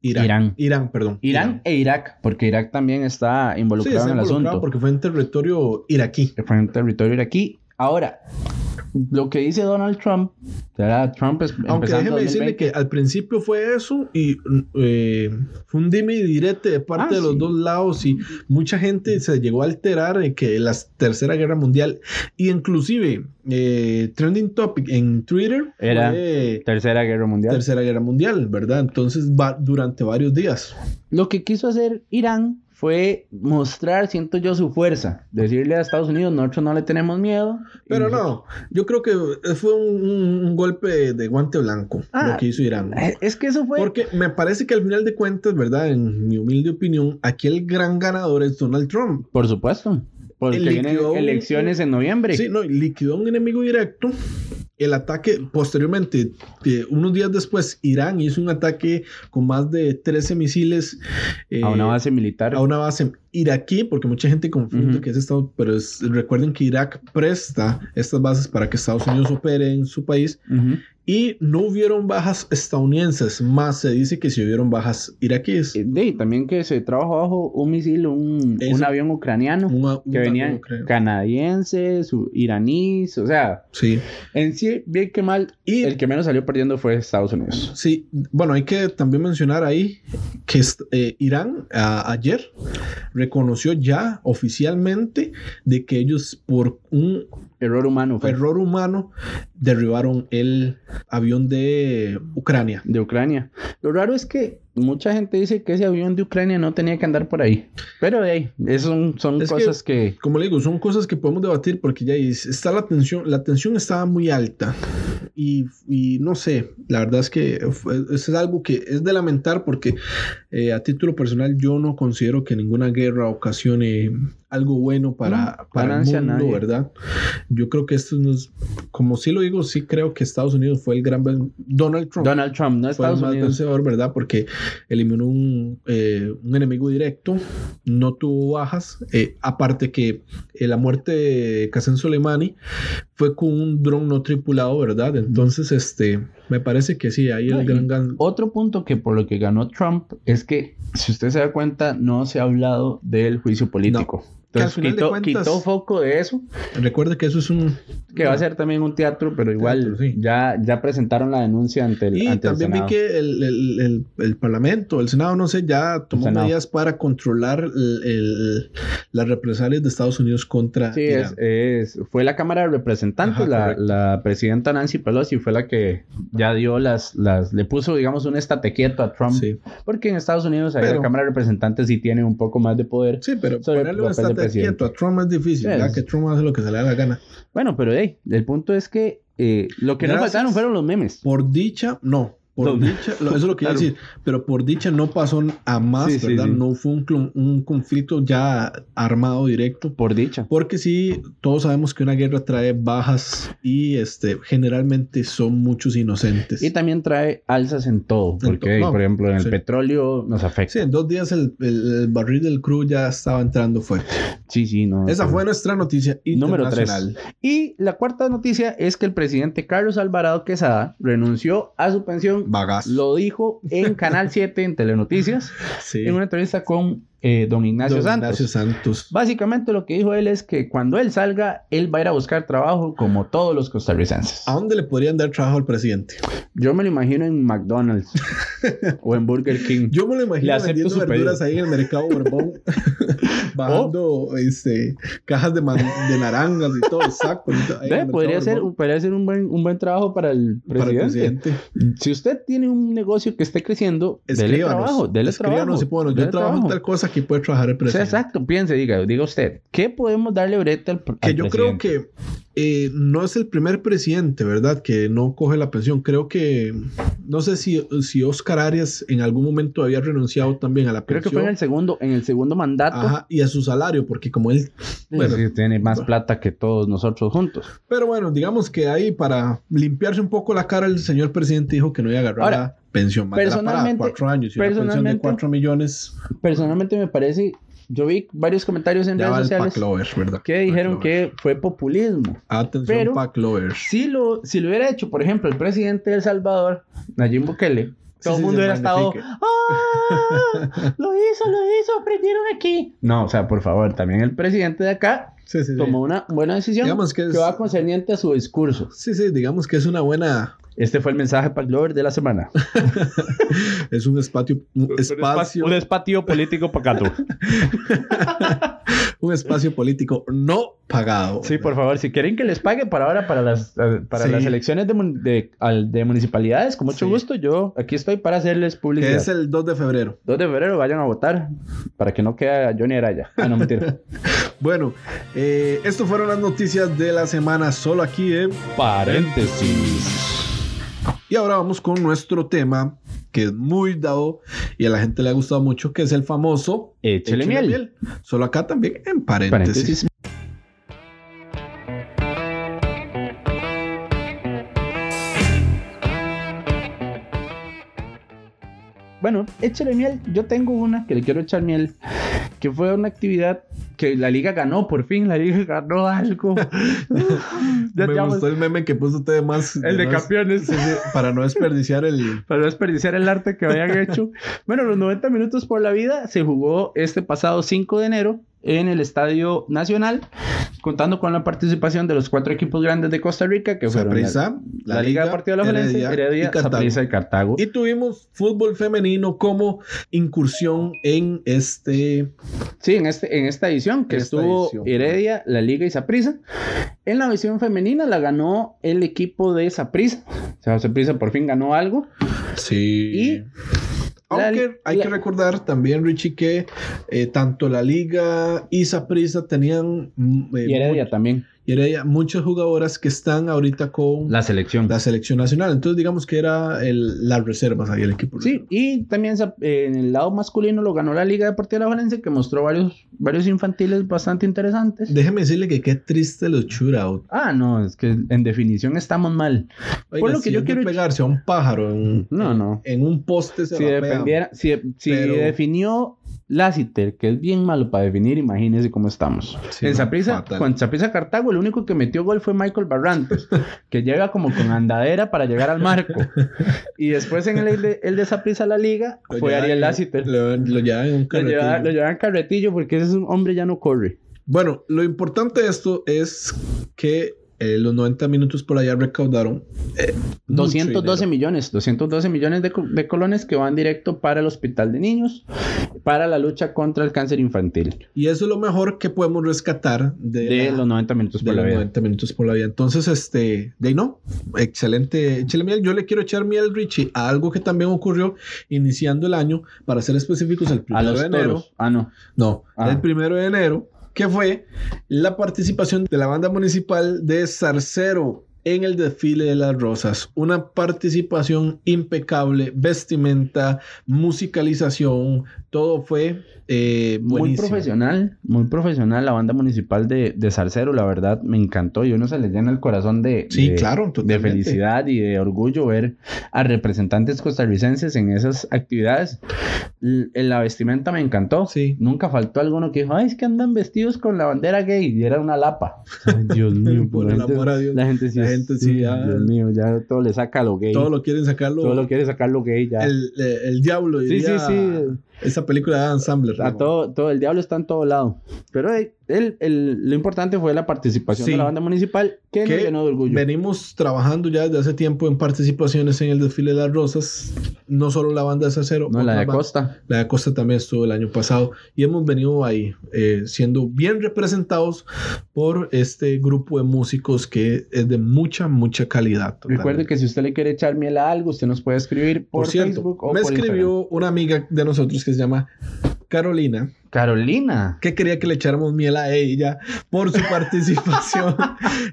S3: Irán.
S2: Irán.
S3: perdón.
S2: Irán e Irak, porque Irak también está
S3: Sí,
S2: involucrado
S3: está
S2: en el
S3: involucrado
S2: asunto.
S3: porque fue en territorio iraquí.
S2: Fue en territorio iraquí. Ahora, lo que dice Donald Trump, ¿verdad? Trump es,
S3: Aunque
S2: empezando
S3: déjeme decirle
S2: 2020.
S3: que al principio fue eso y mm, eh, fue un dime y direte de
S2: Ah,
S3: parte de los
S2: sí.
S3: dos lados y mucha gente se llegó a alterar en que la Tercera Guerra Mundial y inclusive eh, trending topic en Twitter
S2: Era
S3: fue
S2: Tercera Guerra Mundial.
S3: Tercera Guerra Mundial, ¿verdad? Entonces va durante varios días.
S2: Lo que quiso hacer Irán fue mostrar, siento yo, su fuerza. Decirle a Estados Unidos, nosotros no le tenemos miedo.
S3: Pero
S2: Y-
S3: no, yo creo que fue un, un- un golpe de guante blanco
S2: Ah.
S3: lo que hizo Irán.
S2: Eh, Es que eso fue...
S3: Porque me parece que al final de cuentas, ¿verdad? En mi humilde opinión, aquí el gran ganador es Donald Trump.
S2: Por supuesto. Porque
S3: Eligió
S2: vienen
S3: un-
S2: elecciones en noviembre.
S3: Sí, no, y liquidó a un enemigo directo. El ataque, posteriormente, eh, unos días después, Irán hizo un ataque con más de 13 misiles eh,
S2: a una base militar.
S3: a una base iraquí, porque mucha gente confunde
S2: Ujú.
S3: que es Estados pero es- recuerden que Irak presta estas bases para que Estados Unidos opere en su país
S2: Ujú.
S3: y no hubieron bajas estadounidenses, más se dice que sí hubieron bajas iraquíes.
S2: Eh, de- y también que se trabajó bajo un misil, un,
S3: Eso.
S2: un avión ucraniano.
S3: Una- un
S2: que venían
S3: tango, creo.
S2: canadienses, u- iraníes, o sea,
S3: Sí.
S2: en sí, bien que mal,
S3: Y
S2: el que menos salió perdiendo fue Estados Unidos.
S3: Sí, bueno, hay que también mencionar ahí que est- eh, Irán a- ayer reconoció ya oficialmente de que ellos por un
S2: Error humano fue
S3: error humano derribaron el avión de Ucrania.
S2: de Ucrania. Lo raro es que mucha gente dice que ese avión de Ucrania no tenía que andar por ahí, pero de ahí, eso son, son
S3: Es que-
S2: cosas que...
S3: Como le digo, son cosas que podemos debatir porque ya es- está la tensión, la tensión estaba muy alta y, y no sé, la verdad es que fue- eso es algo que es de lamentar porque eh, a título personal yo no considero que ninguna guerra ocasione algo bueno para,
S2: No,
S3: para el
S2: ganancia a
S3: mundo,
S2: nadie.
S3: ¿verdad? Yo creo que esto nos, como sí lo digo, sí creo que Estados Unidos fue el gran ben- Donald Trump.
S2: Donald Trump, no
S3: Fue el
S2: Estados
S3: más
S2: Unidos.
S3: vencedor, ¿verdad? Porque eliminó un, eh, un enemigo directo, no tuvo bajas. eh, aparte que eh, la muerte de Qasem Soleimani fue con un dron no tripulado, ¿verdad? Entonces, este, me parece que sí, ahí el
S2: No, y
S3: gran gan-
S2: Otro punto que por lo que ganó Trump es que, si usted se da cuenta, no se ha hablado del juicio político.
S3: Que al
S2: Entonces
S3: final de
S2: quitó,
S3: cuentas-
S2: quitó foco de eso,
S3: Recuerde que eso es un...
S2: que va a ser también un teatro, pero igual
S3: Teatro, sí.
S2: ya, ya presentaron la denuncia ante el,
S3: Y
S2: ante el
S3: también vi
S2: Senado.
S3: que el, el- el- el Parlamento, el Senado, no sé, ya tomó
S2: Senado.
S3: medidas para controlar el- el- las represalias de Estados Unidos contra
S2: Sí,
S3: Irán.
S2: es, eh, es- fue la Cámara de Representantes,
S3: Ajá,
S2: la,
S3: correcto.
S2: la presidenta Nancy Pelosi fue la que ya dio las, las, le puso, digamos, un estate quieto a Trump,
S3: Sí.
S2: porque en Estados Unidos ahí
S3: Pero-
S2: la Cámara de Representantes sí tiene un poco más de poder.
S3: Sí, pero
S2: Sobre el
S3: ponerle un
S2: papel del
S3: estate
S2: presidente.
S3: quieto a Trump es difícil,
S2: Sí,
S3: ya
S2: es-
S3: que Trump hace lo que se le da la gana.
S2: Bueno, pero hey, el punto es que eh, lo que no
S3: Gracias.
S2: faltaron fueron los memes.
S3: Por dicha, no. Por
S2: No.
S3: dicha, lo- eso es lo que iba a
S2: Claro.
S3: decir, pero por dicha no pasó a más,
S2: Sí, sí,
S3: ¿verdad?
S2: sí.
S3: No fue un, clon- un conflicto ya armado directo,
S2: Por dicha.
S3: porque sí, todos sabemos que una guerra trae bajas y este, generalmente son muchos inocentes.
S2: Y también trae alzas en todo,
S3: Pues En
S2: porque,
S3: to- no,
S2: por ejemplo, en el
S3: sí.
S2: petróleo nos
S3: Sí,
S2: afecta.
S3: en dos días el, el- el barril del crew ya estaba entrando fuerte.
S2: Sí, sí, no. pues,
S3: Esa
S2: pero-
S3: fue nuestra noticia
S2: Número tres.
S3: internacional.
S2: Y la cuarta noticia es que el presidente Carlos Alvarado Quesada renunció a su pensión.
S3: Bagazo.
S2: Lo dijo en Canal 7 en Telenoticias,
S3: Sí.
S2: en una entrevista con eh, don Ignacio
S3: Don
S2: Santos.
S3: Ignacio Santos.
S2: Básicamente lo que dijo él es que cuando él salga, él va a ir a buscar trabajo como todos los costarricenses.
S3: ¿A dónde le podrían dar trabajo al presidente?
S2: Yo me lo imagino en McDonald's o en Burger King.
S3: Yo me lo
S2: Le
S3: imagino
S2: acepto
S3: vendiendo
S2: su
S3: verduras
S2: pedido.
S3: ahí en el mercado Borbón, bajando
S2: Oh.
S3: este, cajas de, man- de narangas y todo, sacos. y todo, ahí en el
S2: Ve,
S3: mercado
S2: podría, ser,
S3: Borbón
S2: podría ser un buen, un buen trabajo para el,
S3: para el
S2: presidente.
S3: presidente.
S2: Si usted tiene un negocio que esté creciendo, dele
S3: Escríbanos,
S2: trabajo, dele
S3: escríbanos
S2: trabajo.
S3: y pónganos, yo
S2: dele
S3: trabajo en
S2: trabajo.
S3: tal cosa que puede trabajar el
S2: O sea,
S3: presidente.
S2: exacto, piense, diga, diga usted, ¿qué podemos darle brete al,
S3: Que yo creo que eh, no es el primer presidente, ¿verdad? Que no coge la pensión. Creo que, no sé si, si Oscar Arias en algún momento había renunciado también a la
S2: Creo que
S3: pensión.
S2: fue en el segundo, en el segundo mandato.
S3: Ajá, y a su salario, porque como él...
S2: Sí,
S3: bueno,
S2: sí, tiene más
S3: bueno.
S2: plata que todos nosotros juntos.
S3: Pero bueno, digamos que ahí para limpiarse un poco la cara, el señor presidente dijo que no iba a agarrar
S2: Ahora,
S3: la pensión. más para
S2: personalmente-
S3: cuatro años y una pensión de
S2: personalmente-
S3: cuatro millones
S2: Personalmente me parece, yo vi varios comentarios en
S3: ya va
S2: redes
S3: el
S2: sociales
S3: Pac Lover, ¿verdad?
S2: que dijeron que fue populismo.
S3: Atención,
S2: pero-
S3: Pac Lover. Sí,
S2: Si lo, si lo hubiera hecho, por ejemplo, el presidente de El Salvador, Nayib Bukele, todo el
S3: sí,
S2: mundo
S3: se
S2: hubiera estado.
S3: magnifique.
S2: ¡Ah! Lo hizo, lo hizo, aprendieron aquí. No, o sea, por favor, también el presidente de acá
S3: Sí, sí, sí.
S2: tomó una buena decisión
S3: Digamos que es-
S2: va concerniente a su discurso.
S3: Sí, sí, digamos que es una buena...
S2: Este fue el mensaje para Glover de la semana.
S3: Es un espacio... Un espacio,
S2: Un espacio político pacato.
S3: un espacio político no pagado.
S2: Sí, por favor, si quieren que les pague para ahora, para las, para
S3: Sí.
S2: las elecciones de, mun- de- al- de municipalidades, con mucho
S3: Sí.
S2: gusto, yo aquí estoy para hacerles
S3: Que
S2: publicidad.
S3: es el 2 de febrero.
S2: 2 de febrero vayan a votar para que no quede Johnny Araya. Ah, no, mentira.
S3: Bueno, eh, estas fueron las noticias de la semana solo aquí en...
S2: Paréntesis.
S3: Y ahora vamos con nuestro tema que es muy dado y a la gente le ha gustado mucho, que es el famoso
S2: Échele
S3: Échele
S2: miel.
S3: Solo acá también en
S2: Paréntesis.
S3: paréntesis.
S2: Bueno, échale miel. Yo tengo una que le quiero echar miel, que fue una actividad que la liga ganó, por fin la liga ganó algo. Ya
S3: Me
S2: te amo.
S3: gustó el meme que puso usted más
S2: el de
S3: no-
S2: campeones.
S3: sí, sí, para no desperdiciar el
S2: para no desperdiciar el arte que habían hecho. Bueno, los 90 minutos por la vida se jugó este pasado 5 de enero en el Estadio Nacional, contando con la participación de los cuatro equipos grandes de Costa Rica, que fueron la,
S3: Saprissa,
S2: la Liga Deportiva de la Valencia, Heredia,
S3: Cartago.
S2: Saprissa y Cartago.
S3: Y tuvimos fútbol femenino como incursión en este
S2: Sí, en, este, en esta edición que
S3: Esta
S2: estuvo
S3: edición.
S2: Heredia, la Liga y Saprissa. En la visión femenina la ganó el equipo de Saprissa. O sea, Saprissa por fin ganó algo.
S3: Sí.
S2: Y-
S3: Aunque
S2: la-
S3: hay
S2: la-
S3: que recordar también, Richie, que eh, tanto la Liga y Saprissa tenían mm, eh,
S2: Y Heredia
S3: mu-
S2: también,
S3: y Heredia, muchas jugadoras que están ahorita con la,
S2: la selección.
S3: selección nacional. Entonces, digamos que era el- las reservas ahí el equipo.
S2: Sí, y también sa- eh, en el lado masculino lo ganó la Liga Deportiva de la Valencia, que mostró varios, varios infantiles bastante interesantes.
S3: Déjeme decirle que qué triste los shootout.
S2: Ah, no, es que en definición estamos mal.
S3: Oiga,
S2: Por lo que
S3: si
S2: yo
S3: es de
S2: quiero-
S3: pegarse a un pájaro en,
S2: No, no.
S3: en un poste se
S2: Si
S3: la pegan.
S2: dependiera, si, si
S3: Pero-
S2: definió Lassiter, que es bien malo para definir, imagínense cómo estamos.
S3: Sí,
S2: en
S3: no,
S2: Saprissa,
S3: fatal.
S2: con Saprissa Cartago, el único que metió gol fue Michael Barrantes, que llega como con andadera para llegar al marco. Y después en el de, el de Saprissa a la liga
S3: Lo
S2: fue
S3: llevan-
S2: Ariel Lassiter. Lo,
S3: Lo, lo llevan en un carretillo.
S2: lleva- lo llevan carretillo porque ese es un hombre ya no corre.
S3: Bueno, lo importante de esto es que eh, los 90 minutos por allá recaudaron eh, mucho
S2: 212
S3: dinero.
S2: millones, 212 millones de, co- de colones que van directo para el hospital de niños, para la lucha contra el cáncer infantil.
S3: Y eso es lo mejor que podemos rescatar de,
S2: De
S3: la-
S2: los 90 minutos
S3: de
S2: por la
S3: los
S2: vida.
S3: 90 minutos por la vida. Entonces, este, de ahí no, excelente. Échale miel. Yo le quiero echar miel, Richie, a algo que también ocurrió iniciando el año, para ser específicos, el
S2: A
S3: primero
S2: los
S3: de enero.
S2: toros. Ah, no.
S3: No,
S2: Ah.
S3: el primero de enero, que fue la participación de la banda municipal de Zarcero en el desfile de las rosas. Una participación impecable, vestimenta, musicalización, todo fue eh,
S2: Muy
S3: buenísimo.
S2: profesional, muy profesional la banda municipal de, de Salcero, la verdad me encantó y uno se le llena el corazón de,
S3: Sí,
S2: de-
S3: claro,
S2: de
S3: totalmente.
S2: felicidad y de orgullo ver a representantes costarricenses en esas actividades. L- la vestimenta me encantó,
S3: Sí.
S2: nunca faltó alguno que dijo, ay, es que andan vestidos con la bandera gay y era una lapa. Ay, Dios mío,
S3: Por
S2: la
S3: el
S2: gente-
S3: amor a Dios.
S2: La gente sí,
S3: La
S2: es-
S3: gente sí, ya-
S2: Dios mío, ya todo le saca lo gay,
S3: Todo lo quieren sacarlo.
S2: todo lo quiere sacar lo gay ya.
S3: el, eh, el diablo.
S2: Sí, sí,
S3: diría
S2: sí.
S3: Esa película de Adam Sandler.
S2: A
S3: ¿no?
S2: todo, todo, el diablo está en todo lado. Pero eh, el- el- lo importante fue la participación
S3: Sí.
S2: de la banda municipal, que nos
S3: Que
S2: llenó de orgullo.
S3: Venimos trabajando ya desde hace tiempo en participaciones en el desfile de las rosas. No solo la banda de Sacero,
S2: no, la
S3: otras
S2: de
S3: bandas.
S2: Costa.
S3: La de Costa también estuvo el año pasado y hemos venido ahí eh, siendo bien representados por este grupo de músicos que es de mucha, mucha calidad.
S2: Recuerde
S3: totalmente.
S2: que si usted le quiere echar miel a algo, usted nos puede escribir por,
S3: por, cierto,
S2: Facebook o
S3: me
S2: por
S3: escribió una amiga de nosotros que se llama Carolina,
S2: Instagram. Carolina.
S3: que quería que le echáramos miel a ella por su participación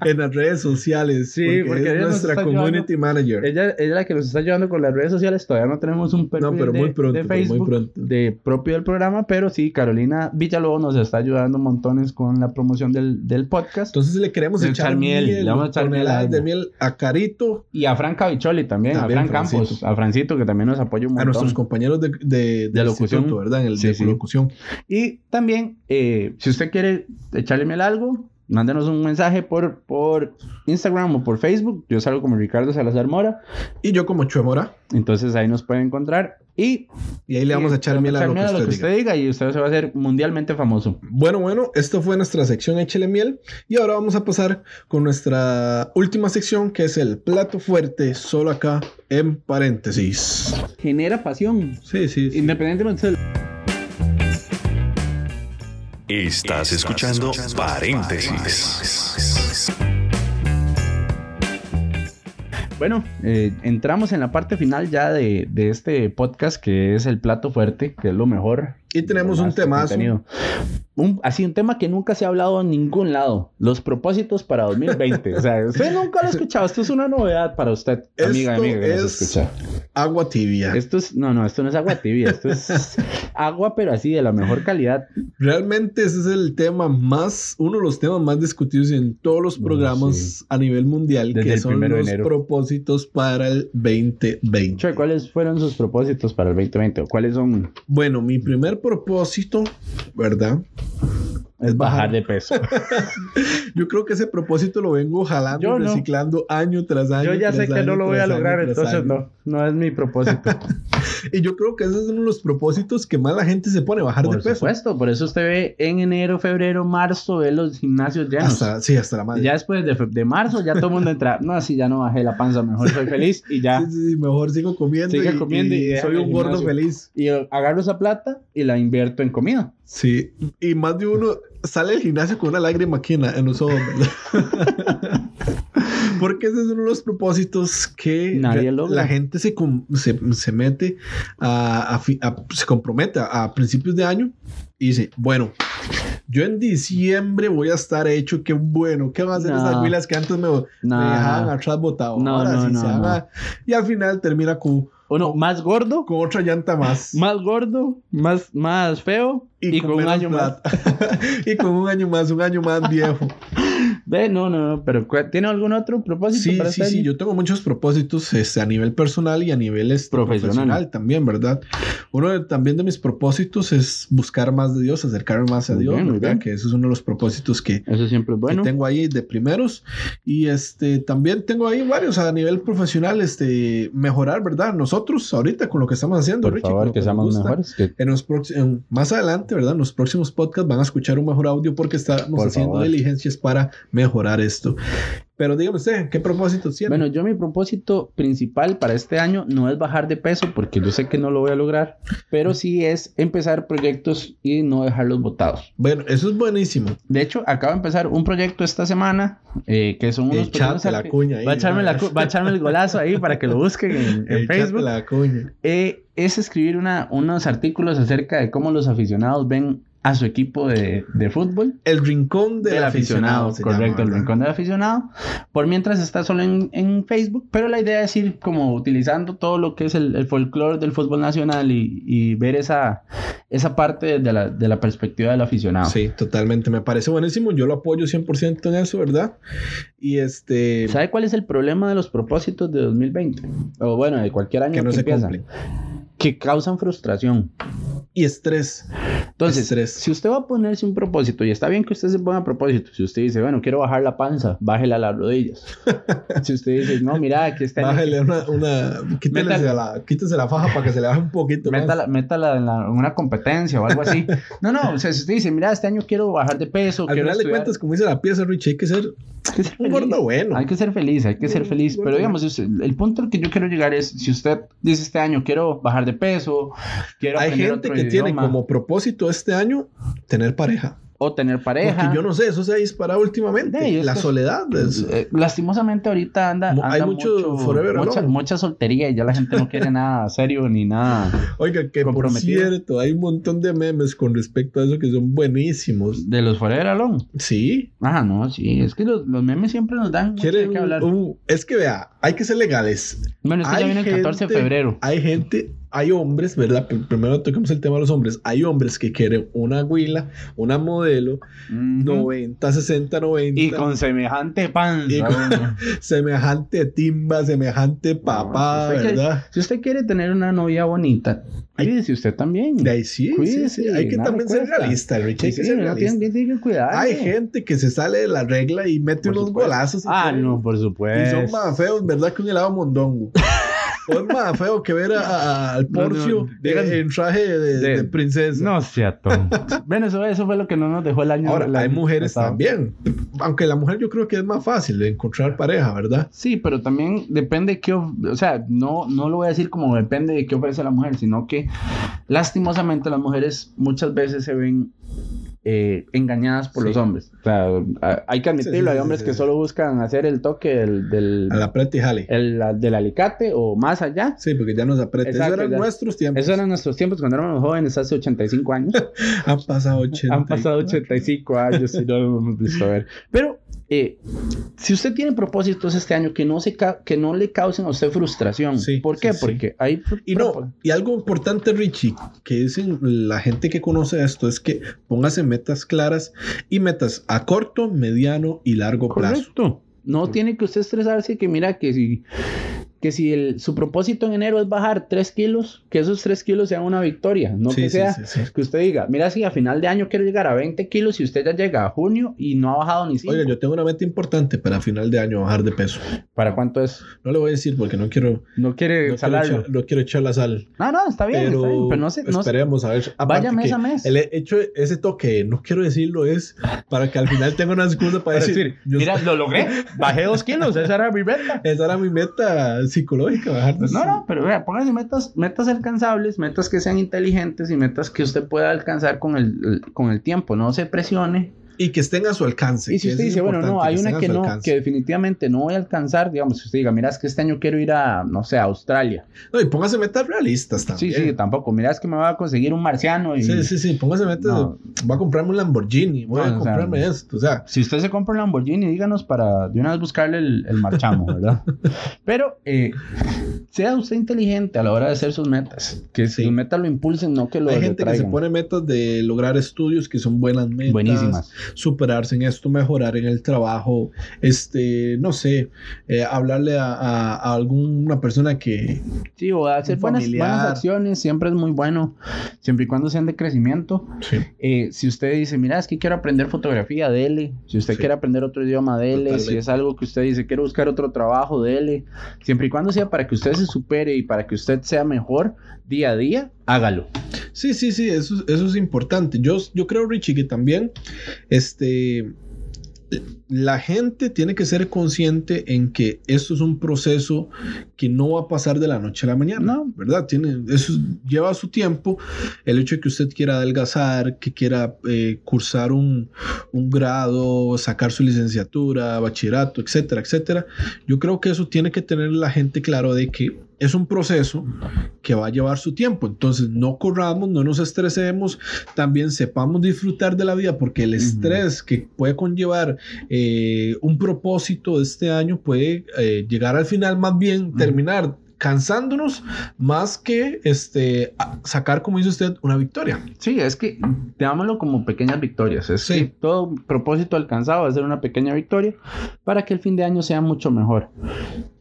S3: en las redes sociales.
S2: Sí, porque ella
S3: es
S2: nos
S3: nuestra
S2: está
S3: community manager.
S2: Ella ella es la que nos está ayudando con las redes sociales. Todavía no tenemos un perfil
S3: No, pero
S2: de,
S3: muy pronto,
S2: de
S3: pero muy
S2: Facebook
S3: pronto.
S2: de propio del programa. Pero sí, Carolina Villalobos nos está ayudando montones con la promoción del, del podcast.
S3: Entonces le queremos
S2: Le
S3: echar,
S2: echar miel,
S3: miel,
S2: le vamos a echar miel a
S3: toneladas de
S2: ella.
S3: miel a Carito,
S2: Y a Fran Cavicholi también,
S3: También,
S2: a Fran
S3: Francito.
S2: Campos, a Francito, que también nos apoya un montón.
S3: a nuestros compañeros de, de, del
S2: locución.
S3: instituto, ¿verdad? En el
S2: Sí,
S3: de
S2: sí.
S3: locución.
S2: Y también, eh, si usted quiere echarle miel a algo, mándenos un mensaje por, por Instagram o por Facebook. Yo salgo como Ricardo Salazar Mora.
S3: Y yo como Chuemora,
S2: Entonces ahí nos puede encontrar. Y
S3: y ahí le vamos a echar miel a lo que usted, diga.
S2: diga. y usted se va a hacer mundialmente famoso.
S3: Bueno, bueno, esto fue nuestra sección Échele Miel. Y ahora vamos a pasar con nuestra última sección, que es el plato fuerte, solo acá en paréntesis.
S2: Genera pasión.
S3: Sí, sí. sí.
S2: Independientemente del...
S1: Estás escuchando Paréntesis.
S2: Bueno, eh, entramos en la parte final ya de, de este podcast que es el plato fuerte, que es lo mejor.
S3: Y tenemos
S2: Lo
S3: un
S2: más
S3: temazo.
S2: contenido. Un, así un tema que nunca se ha hablado en ningún lado. Los propósitos para 2020. o sea, usted nunca lo ha escuchado. Esto es una novedad para usted, amiga,
S3: Esto
S2: amiga que nos
S3: es- Ah.
S2: escucha.
S3: Agua tibia.
S2: Esto es, no, no, esto no es agua tibia. Esto es agua, pero así de la mejor calidad.
S3: Realmente ese es el tema más, uno de los temas más discutidos en todos los
S2: No,
S3: programas
S2: sí.
S3: a nivel mundial,
S2: Desde
S3: que
S2: el
S3: son
S2: primero de
S3: los
S2: enero.
S3: propósitos para el 2020.
S2: Che, ¿cuáles fueron sus propósitos para el 2020? ¿O cuáles son?
S3: Bueno, mi primer propósito, ¿verdad?
S2: Es bajar de peso.
S3: Yo creo que ese propósito lo vengo jalando
S2: Yo
S3: y
S2: no.
S3: reciclando año tras año.
S2: Yo ya sé
S3: tras
S2: que
S3: año,
S2: no lo voy a
S3: tras
S2: lograr,
S3: año, tras
S2: entonces
S3: año.
S2: no. No es mi propósito.
S3: Y yo creo que ese es uno de los propósitos que más la gente se pone, bajar
S2: Por
S3: de peso.
S2: supuesto, por eso usted ve en enero, febrero, marzo, ve los gimnasios llenos.
S3: Hasta, sí, hasta la madre.
S2: Ya después de, fe- de marzo, ya todo el mundo entra. No, así ya no bajé la panza, mejor soy feliz y ya.
S3: Sí, sí, sí, mejor sigo comiendo,
S2: Siga
S3: y,
S2: comiendo y
S3: y
S2: deja
S3: soy
S2: el
S3: un gordo
S2: gimnasio.
S3: feliz.
S2: Y eh, agarro esa plata y la invierto en comida.
S3: Sí, y más de uno sale del gimnasio con una lágrima aquí en, la- en los ojos. ¿verdad? Porque ese es uno de los propósitos que
S2: Nadie
S3: re-
S2: logra.
S3: la gente se, com- se, se mete a, a fi- a- se compromete a, a principios de año y dice, bueno, yo en diciembre voy a estar hecho, qué bueno, qué van a hacer
S2: No.
S3: esas huilas que antes me,
S2: No.
S3: me dejaban atrás botado.
S2: No,
S3: Ahora
S2: no,
S3: sí
S2: no,
S3: se
S2: no.
S3: haga- Y al final termina con,
S2: Uno más gordo,
S3: con otra llanta más.
S2: más gordo, más, más feo y, con un
S3: menos
S2: año más.
S3: plata. y con un año más, un año más viejo.
S2: Ve, no, no, no, pero ¿cu- ¿tiene algún otro propósito
S3: Sí,
S2: para
S3: sí,
S2: este
S3: sí.
S2: año?
S3: Yo tengo muchos propósitos este, a nivel personal y a nivel este,
S2: Profesional.
S3: profesional. también, ¿verdad? Uno de- también de mis propósitos es buscar más de Dios, acercarme más a
S2: Muy
S3: Dios,
S2: bien, muy
S3: ¿verdad?
S2: bien.
S3: Que eso es uno de los propósitos que, que
S2: Eso siempre es bueno.
S3: tengo ahí de primeros. Y este también tengo ahí varios a nivel profesional, este, mejorar, ¿verdad? Nosotros ahorita con lo que estamos haciendo,
S2: Por
S3: Richie, con
S2: favor,
S3: lo
S2: que
S3: nos
S2: seamos
S3: gusta.
S2: mejores. que-
S3: En los prox- en- más adelante, ¿verdad? En los próximos podcasts van a escuchar un mejor audio porque estamos
S2: Por
S3: haciendo
S2: favor.
S3: diligencias para mejorar esto. Pero dígame usted, ¿qué propósito tiene?
S2: Bueno, yo mi propósito principal para este año no es bajar de peso porque yo sé que no lo voy a lograr, pero sí es empezar proyectos y no dejarlos botados.
S3: Bueno, eso es buenísimo.
S2: De hecho, acabo de empezar un proyecto esta semana eh, que son unos
S3: Echate
S2: pequeños
S3: la
S2: arti-
S3: cuña ahí,
S2: va a echarme la cu-
S3: ¿no?
S2: va a echarme el golazo ahí para que lo busquen en, en
S3: Echate
S2: Facebook.
S3: la coña.
S2: eh, es escribir una, unos artículos acerca de cómo los aficionados ven a su equipo de, de fútbol.
S3: El rincón del,
S2: Del
S3: aficionado. se llama,
S2: correcto, el
S3: ¿verdad?
S2: rincón del aficionado. Por mientras está solo en, en Facebook, pero la idea es ir como utilizando todo lo que es el, el folclore del fútbol nacional y, y ver esa, esa parte de la, de la perspectiva del aficionado.
S3: Sí, totalmente. Me parece buenísimo. Yo lo apoyo 100% en eso, ¿verdad? Y este.
S2: ¿Sabe cuál es el problema de los propósitos de 2020? O bueno, de cualquier año que,
S3: Que no se
S2: empieza.
S3: cumplen.
S2: Que causan frustración.
S3: Y estrés.
S2: Entonces,
S3: Estrés.
S2: si usted va a ponerse un propósito, y está bien que usted se ponga propósito, si usted dice, bueno, quiero bajar la panza, bájela a las rodillas. si usted dice, no, mira, este aquí está.
S3: Bájale una. una quítale
S2: Métale.
S3: la, quítese la faja para que se le baje un poquito. más.
S2: Métala, métala en, la- en una competencia o algo así. No, no, o sea, si usted dice, mira, este año quiero bajar de peso,
S3: Al
S2: quiero
S3: final de
S2: estudiar".
S3: cuentas, como dice la pieza, Rich, hay que ser
S2: Hay que ser
S3: un
S2: feliz.
S3: gordo bueno.
S2: Hay que ser feliz, hay que ser
S3: Un
S2: feliz.
S3: gordo
S2: Pero
S3: bueno.
S2: digamos, si usted- el punto al que yo quiero llegar es, si usted dice este año quiero bajar de peso, quiero
S3: Hay
S2: aprender
S3: gente
S2: otro
S3: que tiene
S2: idioma,
S3: como propósito este año tener pareja.
S2: o tener pareja.
S3: Porque yo no sé, eso se ha disparado últimamente.
S2: Sí, es
S3: la
S2: que-
S3: soledad. es-
S2: Eh, lastimosamente ahorita anda,
S3: Mo- hay
S2: anda
S3: mucho forever
S2: mucha,
S3: alone.
S2: mucha soltería y ya la gente no quiere nada serio ni nada
S3: Oiga, que por
S2: comprometido.
S3: cierto, hay un montón de memes con respecto a eso que son buenísimos.
S2: de los forever alone.
S3: Sí.
S2: Ah, no, sí, es que los, los memes siempre nos dan mucho de
S3: Quieren
S2: qué hablar.
S3: un- un- es que vea, hay que ser legales.
S2: bueno, esto ya
S3: hay
S2: viene el 14 de
S3: gente-
S2: febrero.
S3: Hay gente, hay hombres, ¿verdad? Pr- Primero toquemos el tema de los hombres. Hay hombres que quieren una huila, una modelo,
S2: Ujú.
S3: 90, 60, 90.
S2: Y con semejante panza.
S3: Y con-
S2: bueno.
S3: semejante timba, semejante papá,
S2: pues, hay que-
S3: ¿verdad?
S2: si usted quiere tener una novia bonita,
S3: Hay-
S2: cuídese usted también.
S3: De ahí sí, sí,
S2: Cuídese,
S3: sí, Hay que
S2: nada
S3: también ser
S2: cuesta.
S3: realista, Richie.
S2: Sí,
S3: Hay
S2: sí,
S3: que ser
S2: no, tiene,
S3: realista.
S2: tiene que cuidar.
S3: Hay gente que se sale de la regla y mete
S2: Por
S3: unos
S2: supuesto.
S3: golazos. y
S2: Ah,
S3: todo.
S2: no, por
S3: Y
S2: supuesto.
S3: son más feos, ¿verdad? Que un helado mondongo. es más feo que ver a- a- al
S2: No, no,
S3: Porcio
S2: digan-
S3: en traje de,
S2: de-
S3: de princesa.
S2: No sea tonto. bueno, eso, eso fue lo que no nos dejó el año.
S3: Ahora,
S2: el
S3: hay
S2: año
S3: mujeres
S2: pasado.
S3: también. Aunque la mujer yo creo que es más fácil de encontrar pareja, ¿verdad?
S2: Sí, pero también depende qué, of- o sea, no, no lo voy a decir como depende de qué ofrece la mujer, sino que lastimosamente las mujeres muchas veces se ven eh, engañadas por
S3: Sí.
S2: los hombres. O sea, a- hay que admitirlo,
S3: sí,
S2: hay
S3: sí,
S2: hombres
S3: sí,
S2: que
S3: sí.
S2: solo buscan hacer el toque del, del,
S3: A la preta y jale.
S2: el- la- del alicate o más allá.
S3: Sí, porque ya nos aprieta.
S2: Exacto,
S3: Eso eran
S2: ya.
S3: nuestros tiempos.
S2: Eso eran nuestros tiempos cuando éramos jóvenes hace 85 años.
S3: Han pasado 80.
S2: Han pasado 85 años y no lo hemos visto ver. Pero eh, si usted tiene propósitos este año que no, se ca- que no le causen a usted frustración,
S3: Sí,
S2: ¿por
S3: sí,
S2: qué?
S3: sí.
S2: Porque hay... pro-
S3: Y no,
S2: propo-
S3: y algo importante, Richie, que dicen la gente que conoce esto, es que póngase metas claras y metas a corto, mediano y largo plazo.
S2: Correcto. No tiene que usted estresarse que mira que si, que si el- su propósito en enero es bajar 3 kilos, que esos 3 kilos sean una victoria, no
S3: Sí,
S2: que
S3: sí,
S2: sea...
S3: sí, sí.
S2: Que usted diga, mira, si a final de año quiero llegar a 20 kilos y usted ya llega a junio y no ha bajado ni 5.
S3: Oiga, yo tengo una meta importante para final de año bajar de peso.
S2: ¿Para cuánto es?
S3: No le voy a decir porque no quiero,
S2: No
S3: no
S2: quiere
S3: quiero
S2: salarlo.
S3: echar, no quiero echar la sal.
S2: No, no, está bien,
S3: pero,
S2: está bien, pero no se, no se-
S3: esperemos a ver. Aparte
S2: Vaya mes
S3: que
S2: a mes.
S3: El hecho, ese toque, no quiero decirlo, es para que al final tenga una excusa para
S2: Para
S3: decir,
S2: decir,
S3: yo-
S2: mira, lo logré, bajé dos kilos, esa era mi meta. Pues
S3: esa era mi meta psicológica, bajar de
S2: No, no, pero vea, póngase metas, metas alcanzables, metas que sean inteligentes y metas que usted pueda alcanzar con el, el- con el tiempo, no se presione.
S3: Y que estén a su alcance.
S2: y si
S3: que eso
S2: usted
S3: es
S2: dice, bueno, no,
S3: importante,
S2: hay una
S3: estén a
S2: que
S3: su
S2: no,
S3: alcance.
S2: que definitivamente no voy a alcanzar, digamos, si usted diga, mira, es que este año quiero ir a, no sé, a Australia.
S3: No, y póngase metas realistas
S2: Sí,
S3: también.
S2: sí, tampoco, mira, es que me va a conseguir un marciano y...
S3: Sí, sí, sí, póngase metas.
S2: No.
S3: Voy a comprarme un Lamborghini, voy
S2: No,
S3: a
S2: o sea,
S3: comprarme esto. O sea,
S2: Si usted se compra un Lamborghini, díganos para de una vez buscarle el, el marchamo, ¿verdad? Pero eh, sea usted inteligente a la hora de hacer sus metas. Que
S3: Sí.
S2: sus metas lo impulsen, no que lo
S3: Hay gente que se
S2: retraigan.
S3: pone metas de lograr estudios que son buenas metas.
S2: Buenísimas.
S3: Superarse en esto, mejorar en el trabajo. Este, no sé, eh, hablarle a, a- a alguna persona que.
S2: Sí, o hacer
S3: Un
S2: buenas,
S3: familiar.
S2: buenas acciones siempre es muy bueno, siempre y cuando sean de crecimiento. Eh, si usted dice, mira, es que quiero aprender fotografía, dele. Si usted
S3: Sí.
S2: quiere aprender otro idioma, dele. Si
S3: Totalmente.
S2: es algo que usted dice, quiero buscar otro trabajo, dele. Siempre y cuando sea para que usted se supere y para que usted sea mejor día a día, hágalo.
S3: Sí, sí, sí, eso, eso es importante. Yo, yo creo, Richie, que también este, la gente tiene que ser consciente en que esto es un proceso que no va a pasar de la noche a la mañana,
S2: No.
S3: ¿verdad? Tiene, eso lleva su tiempo. El hecho de que usted quiera adelgazar, que quiera eh, cursar un, un grado, sacar su licenciatura, bachillerato, etcétera, etcétera. Yo creo que eso tiene que tener la gente claro de que es un proceso que va a llevar su tiempo. Entonces, no corramos, no nos estresemos, también sepamos disfrutar de la vida, porque el
S2: Ujú.
S3: estrés que puede conllevar eh, un propósito de este año puede eh, llegar al final, más bien
S2: Ujú.
S3: terminar cansándonos más que este a- sacar, como dice usted, una victoria.
S2: Sí, es que veámoslo como pequeñas victorias. Es
S3: Sí.
S2: que todo propósito alcanzado va a ser una pequeña victoria para que el fin de año sea mucho mejor.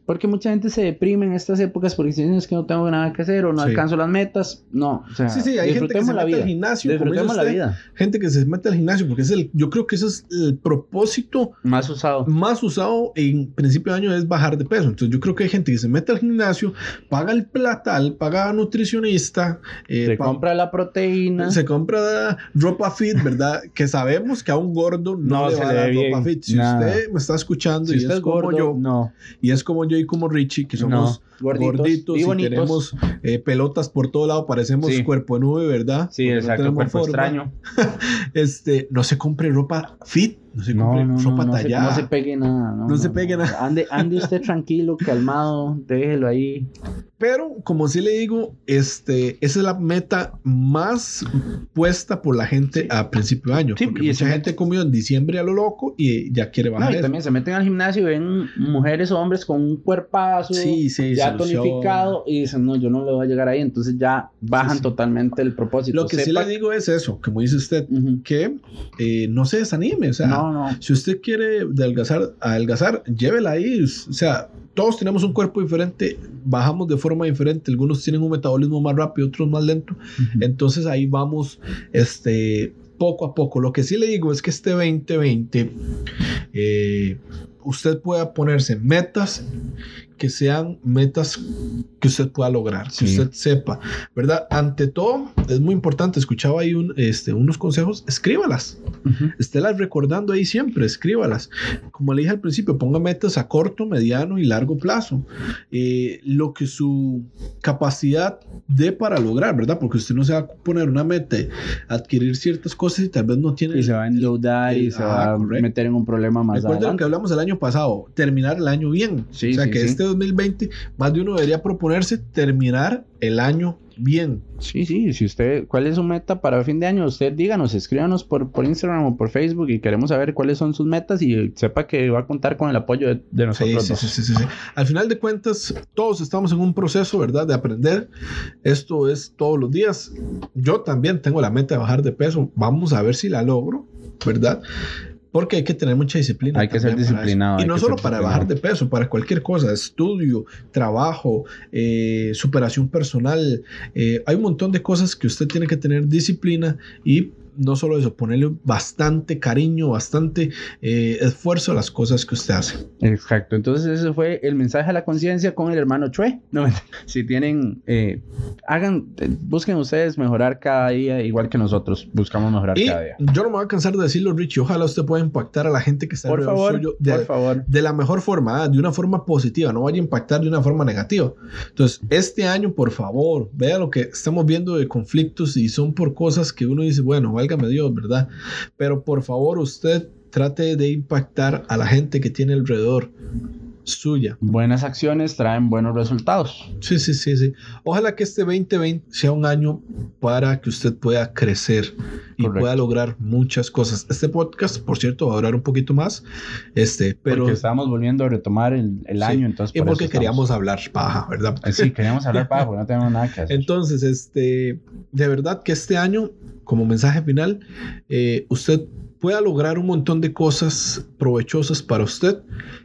S2: Porque mucha gente se deprime en estas épocas porque dicen es que no tengo nada que hacer o no
S3: Sí.
S2: alcanzo las metas. No, o sea,
S3: Sí, sí, hay gente que se
S2: Ah, disfrutemos la
S3: mete al
S2: vida.
S3: gimnasio, como dice
S2: Disfrutemos la
S3: usted,
S2: vida.
S3: gente que se mete al gimnasio, porque es el, yo creo que ese es el propósito
S2: Más usado.
S3: más usado en principio de año es bajar de peso. Entonces yo creo que hay gente que se mete al gimnasio, paga el platal, paga a nutricionista, eh,
S2: Se
S3: pa-
S2: compra la proteína.
S3: se compra ropa fit, ¿verdad? que sabemos que a un gordo no,
S2: No
S3: le
S2: se
S3: va a
S2: le
S3: dar
S2: ve
S3: ropa
S2: bien,
S3: fit. Si
S2: nada.
S3: usted me está escuchando
S2: Si
S3: y
S2: usted
S3: es
S2: es
S3: como
S2: gordo,
S3: yo,
S2: no.
S3: y es como yo y como Richie, que somos
S2: no.
S3: gorditos, y,
S2: bonitos.
S3: tenemos eh, pelotas por todo lado, parecemos
S2: Sí.
S3: cuerpo de nube, ¿verdad?
S2: Sí,
S3: Porque no
S2: exacto,
S3: tenemos
S2: cuerpo
S3: forma.
S2: extraño.
S3: Este, no se compre ropa fit, no se
S2: No,
S3: compre
S2: no, no,
S3: ropa
S2: no se,
S3: tallada.
S2: no se pegue nada. No,
S3: No se pegue nada.
S2: Ande, ande usted tranquilo, calmado, déjelo ahí.
S3: Pero, como sí le digo, este, esa es la meta más puesta por la gente a principio de año.
S2: Sí,
S3: porque
S2: y
S3: mucha
S2: se
S3: gente comió en diciembre a lo loco y ya quiere
S2: No,
S3: bajar.
S2: y
S3: eso.
S2: también se meten al gimnasio y ven mujeres o hombres con un cuerpazo
S3: sí, sí,
S2: ya
S3: se lució.
S2: tonificado y dicen, no, yo no le voy a llegar ahí. Entonces ya bajan
S3: sí.
S2: totalmente el propósito.
S3: Lo que sí
S2: Sepa-
S3: le digo es eso, como dice usted,
S2: Ujú.
S3: que eh, no se desanime. O sea,
S2: No, no.
S3: si usted quiere adelgazar, adelgazar, llévela ahí. O sea, todos tenemos un cuerpo diferente, bajamos de forma diferente. Algunos tienen un metabolismo más rápido, otros más lento. Entonces ahí vamos este, poco a poco. Lo que sí le digo es que este 2020 eh, usted pueda ponerse metas que sean metas que usted pueda lograr, que
S2: Sí.
S3: usted sepa, ¿verdad? Ante todo, es muy importante, escuchaba ahí un, este, unos consejos, escríbalas,
S2: Ujú.
S3: estélas recordando ahí siempre, escríbalas. Como le dije al principio, ponga metas a corto, mediano y largo plazo. Eh, lo que su capacidad dé para lograr, ¿verdad? Porque usted no se va a poner una meta, adquirir ciertas cosas y tal vez no tiene...
S2: Y se va a endeudar y
S3: el-
S2: se
S3: ah,
S2: va a
S3: correcto.
S2: meter en un problema más
S3: Recuerda lo que
S2: adelante.
S3: hablamos el año pasado, terminar el año bien.
S2: Sí,
S3: o sea
S2: sí,
S3: que
S2: sí.
S3: este 2020, más de uno debería proponerse terminar el año bien.
S2: Sí, sí, si usted, ¿cuál es su meta para fin de año? Usted díganos, escríbanos por, por Instagram o por Facebook y queremos saber cuáles son sus metas y sepa que va a contar con el apoyo de, de
S3: Sí,
S2: nosotros
S3: sí,
S2: dos.
S3: sí, sí, sí, sí. Al final de cuentas, todos estamos en un proceso, ¿verdad? De aprender. Esto es todos los días. Yo también tengo la meta de bajar de peso. Vamos a ver si la logro, ¿verdad? Porque hay que tener mucha disciplina.
S2: Hay que ser
S3: también para eso.
S2: disciplinado,
S3: Y
S2: hay
S3: no
S2: que
S3: solo
S2: ser
S3: para
S2: disciplinado.
S3: bajar de peso, para cualquier cosa. Estudio, trabajo, eh, superación personal. eh, hay un montón de cosas que usted tiene que tener disciplina y no solo eso, ponerle bastante cariño, bastante eh, esfuerzo a las cosas que usted hace.
S2: Exacto, entonces ese fue el mensaje a la conciencia con el hermano Chue. No, si tienen, eh, hagan, eh, busquen ustedes mejorar cada día, igual que nosotros buscamos mejorar
S3: Y
S2: cada día.
S3: yo no me voy a cansar de decirlo, Richie. Ojalá usted pueda impactar a la gente que está
S2: Por
S3: alrededor
S2: favor,
S3: suyo de,
S2: por favor.
S3: de la mejor forma, ah, de una forma positiva. No vaya a impactar de una forma negativa. Entonces, este año, por favor, vea lo que estamos viendo de conflictos y son por cosas que uno dice, bueno, válgame Dios, ¿verdad? Pero por favor, usted trate de impactar a la gente que tiene alrededor. suya.
S2: Buenas acciones traen buenos resultados.
S3: Sí, sí, sí, sí. Ojalá que este 2020 sea un año para que usted pueda crecer y
S2: Correcto.
S3: pueda lograr muchas cosas. Este podcast, por cierto, va a durar un poquito más, este, pero
S2: porque estábamos volviendo a retomar el, el
S3: Sí,
S2: año, entonces
S3: y
S2: por
S3: porque
S2: eso estamos-
S3: queríamos hablar paja, ¿verdad?
S2: Eh, Sí, queríamos hablar paja, porque no tenemos nada que hacer.
S3: Entonces, este, de verdad que este año, como mensaje final, eh, usted pueda lograr un montón de cosas provechosas para usted,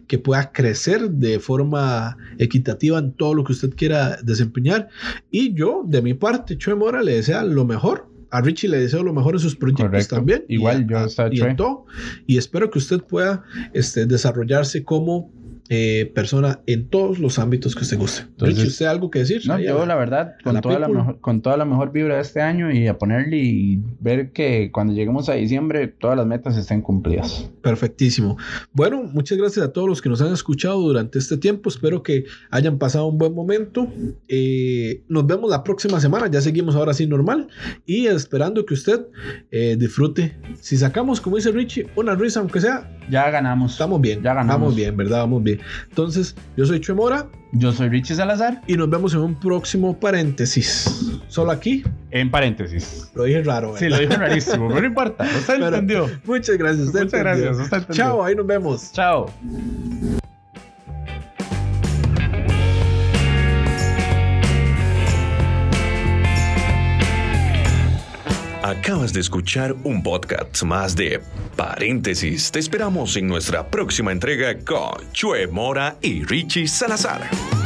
S3: que pueda crecer de forma equitativa en todo lo que usted quiera desempeñar. Y yo, de mi parte, Chue Mora, le desea lo mejor. A Richie le deseo lo mejor en sus proyectos
S2: Correcto.
S3: también.
S2: Igual
S3: y
S2: yo, está
S3: y
S2: Chue.
S3: en todo. Y espero que usted pueda este, desarrollarse como eh, persona en todos los ámbitos que usted guste.
S2: Entonces-
S3: Richie, ¿usted algo que decir?
S2: No,
S3: Ahí
S2: yo
S3: a-
S2: la verdad, con,
S3: la
S2: toda la
S3: people.
S2: mejor, con toda la mejor vibra de este año y a ponerle y ver que cuando lleguemos a diciembre todas las metas estén cumplidas.
S3: Perfectísimo. Bueno, muchas gracias a todos los que nos han escuchado durante este tiempo. Espero que hayan pasado un buen momento. Eh, nos vemos la próxima semana. Ya seguimos ahora sí normal y esperando que usted eh, disfrute. Si sacamos, como dice Richie, una risa, aunque sea,
S2: Ya ganamos.
S3: estamos bien.
S2: Ya ganamos.
S3: Vamos bien, ¿verdad? Vamos bien. Entonces, yo soy Chue Mora
S2: Yo soy Richie Salazar,
S3: y nos vemos en un próximo paréntesis. Solo aquí,
S2: en paréntesis.
S3: lo dije raro.
S2: Sí,
S3: ¿verdad?
S2: lo dije rarísimo, pero no importa. Usted
S3: Pero-
S2: entendió.
S3: Muchas gracias. usted
S2: Muchas
S3: entendió.
S2: gracias. Usted entendió.
S3: Chao, ahí nos vemos.
S2: Chao.
S1: Acabas de escuchar un podcast más de Paréntesis. Te esperamos en nuestra próxima entrega con Chue Mora y Richie Salazar.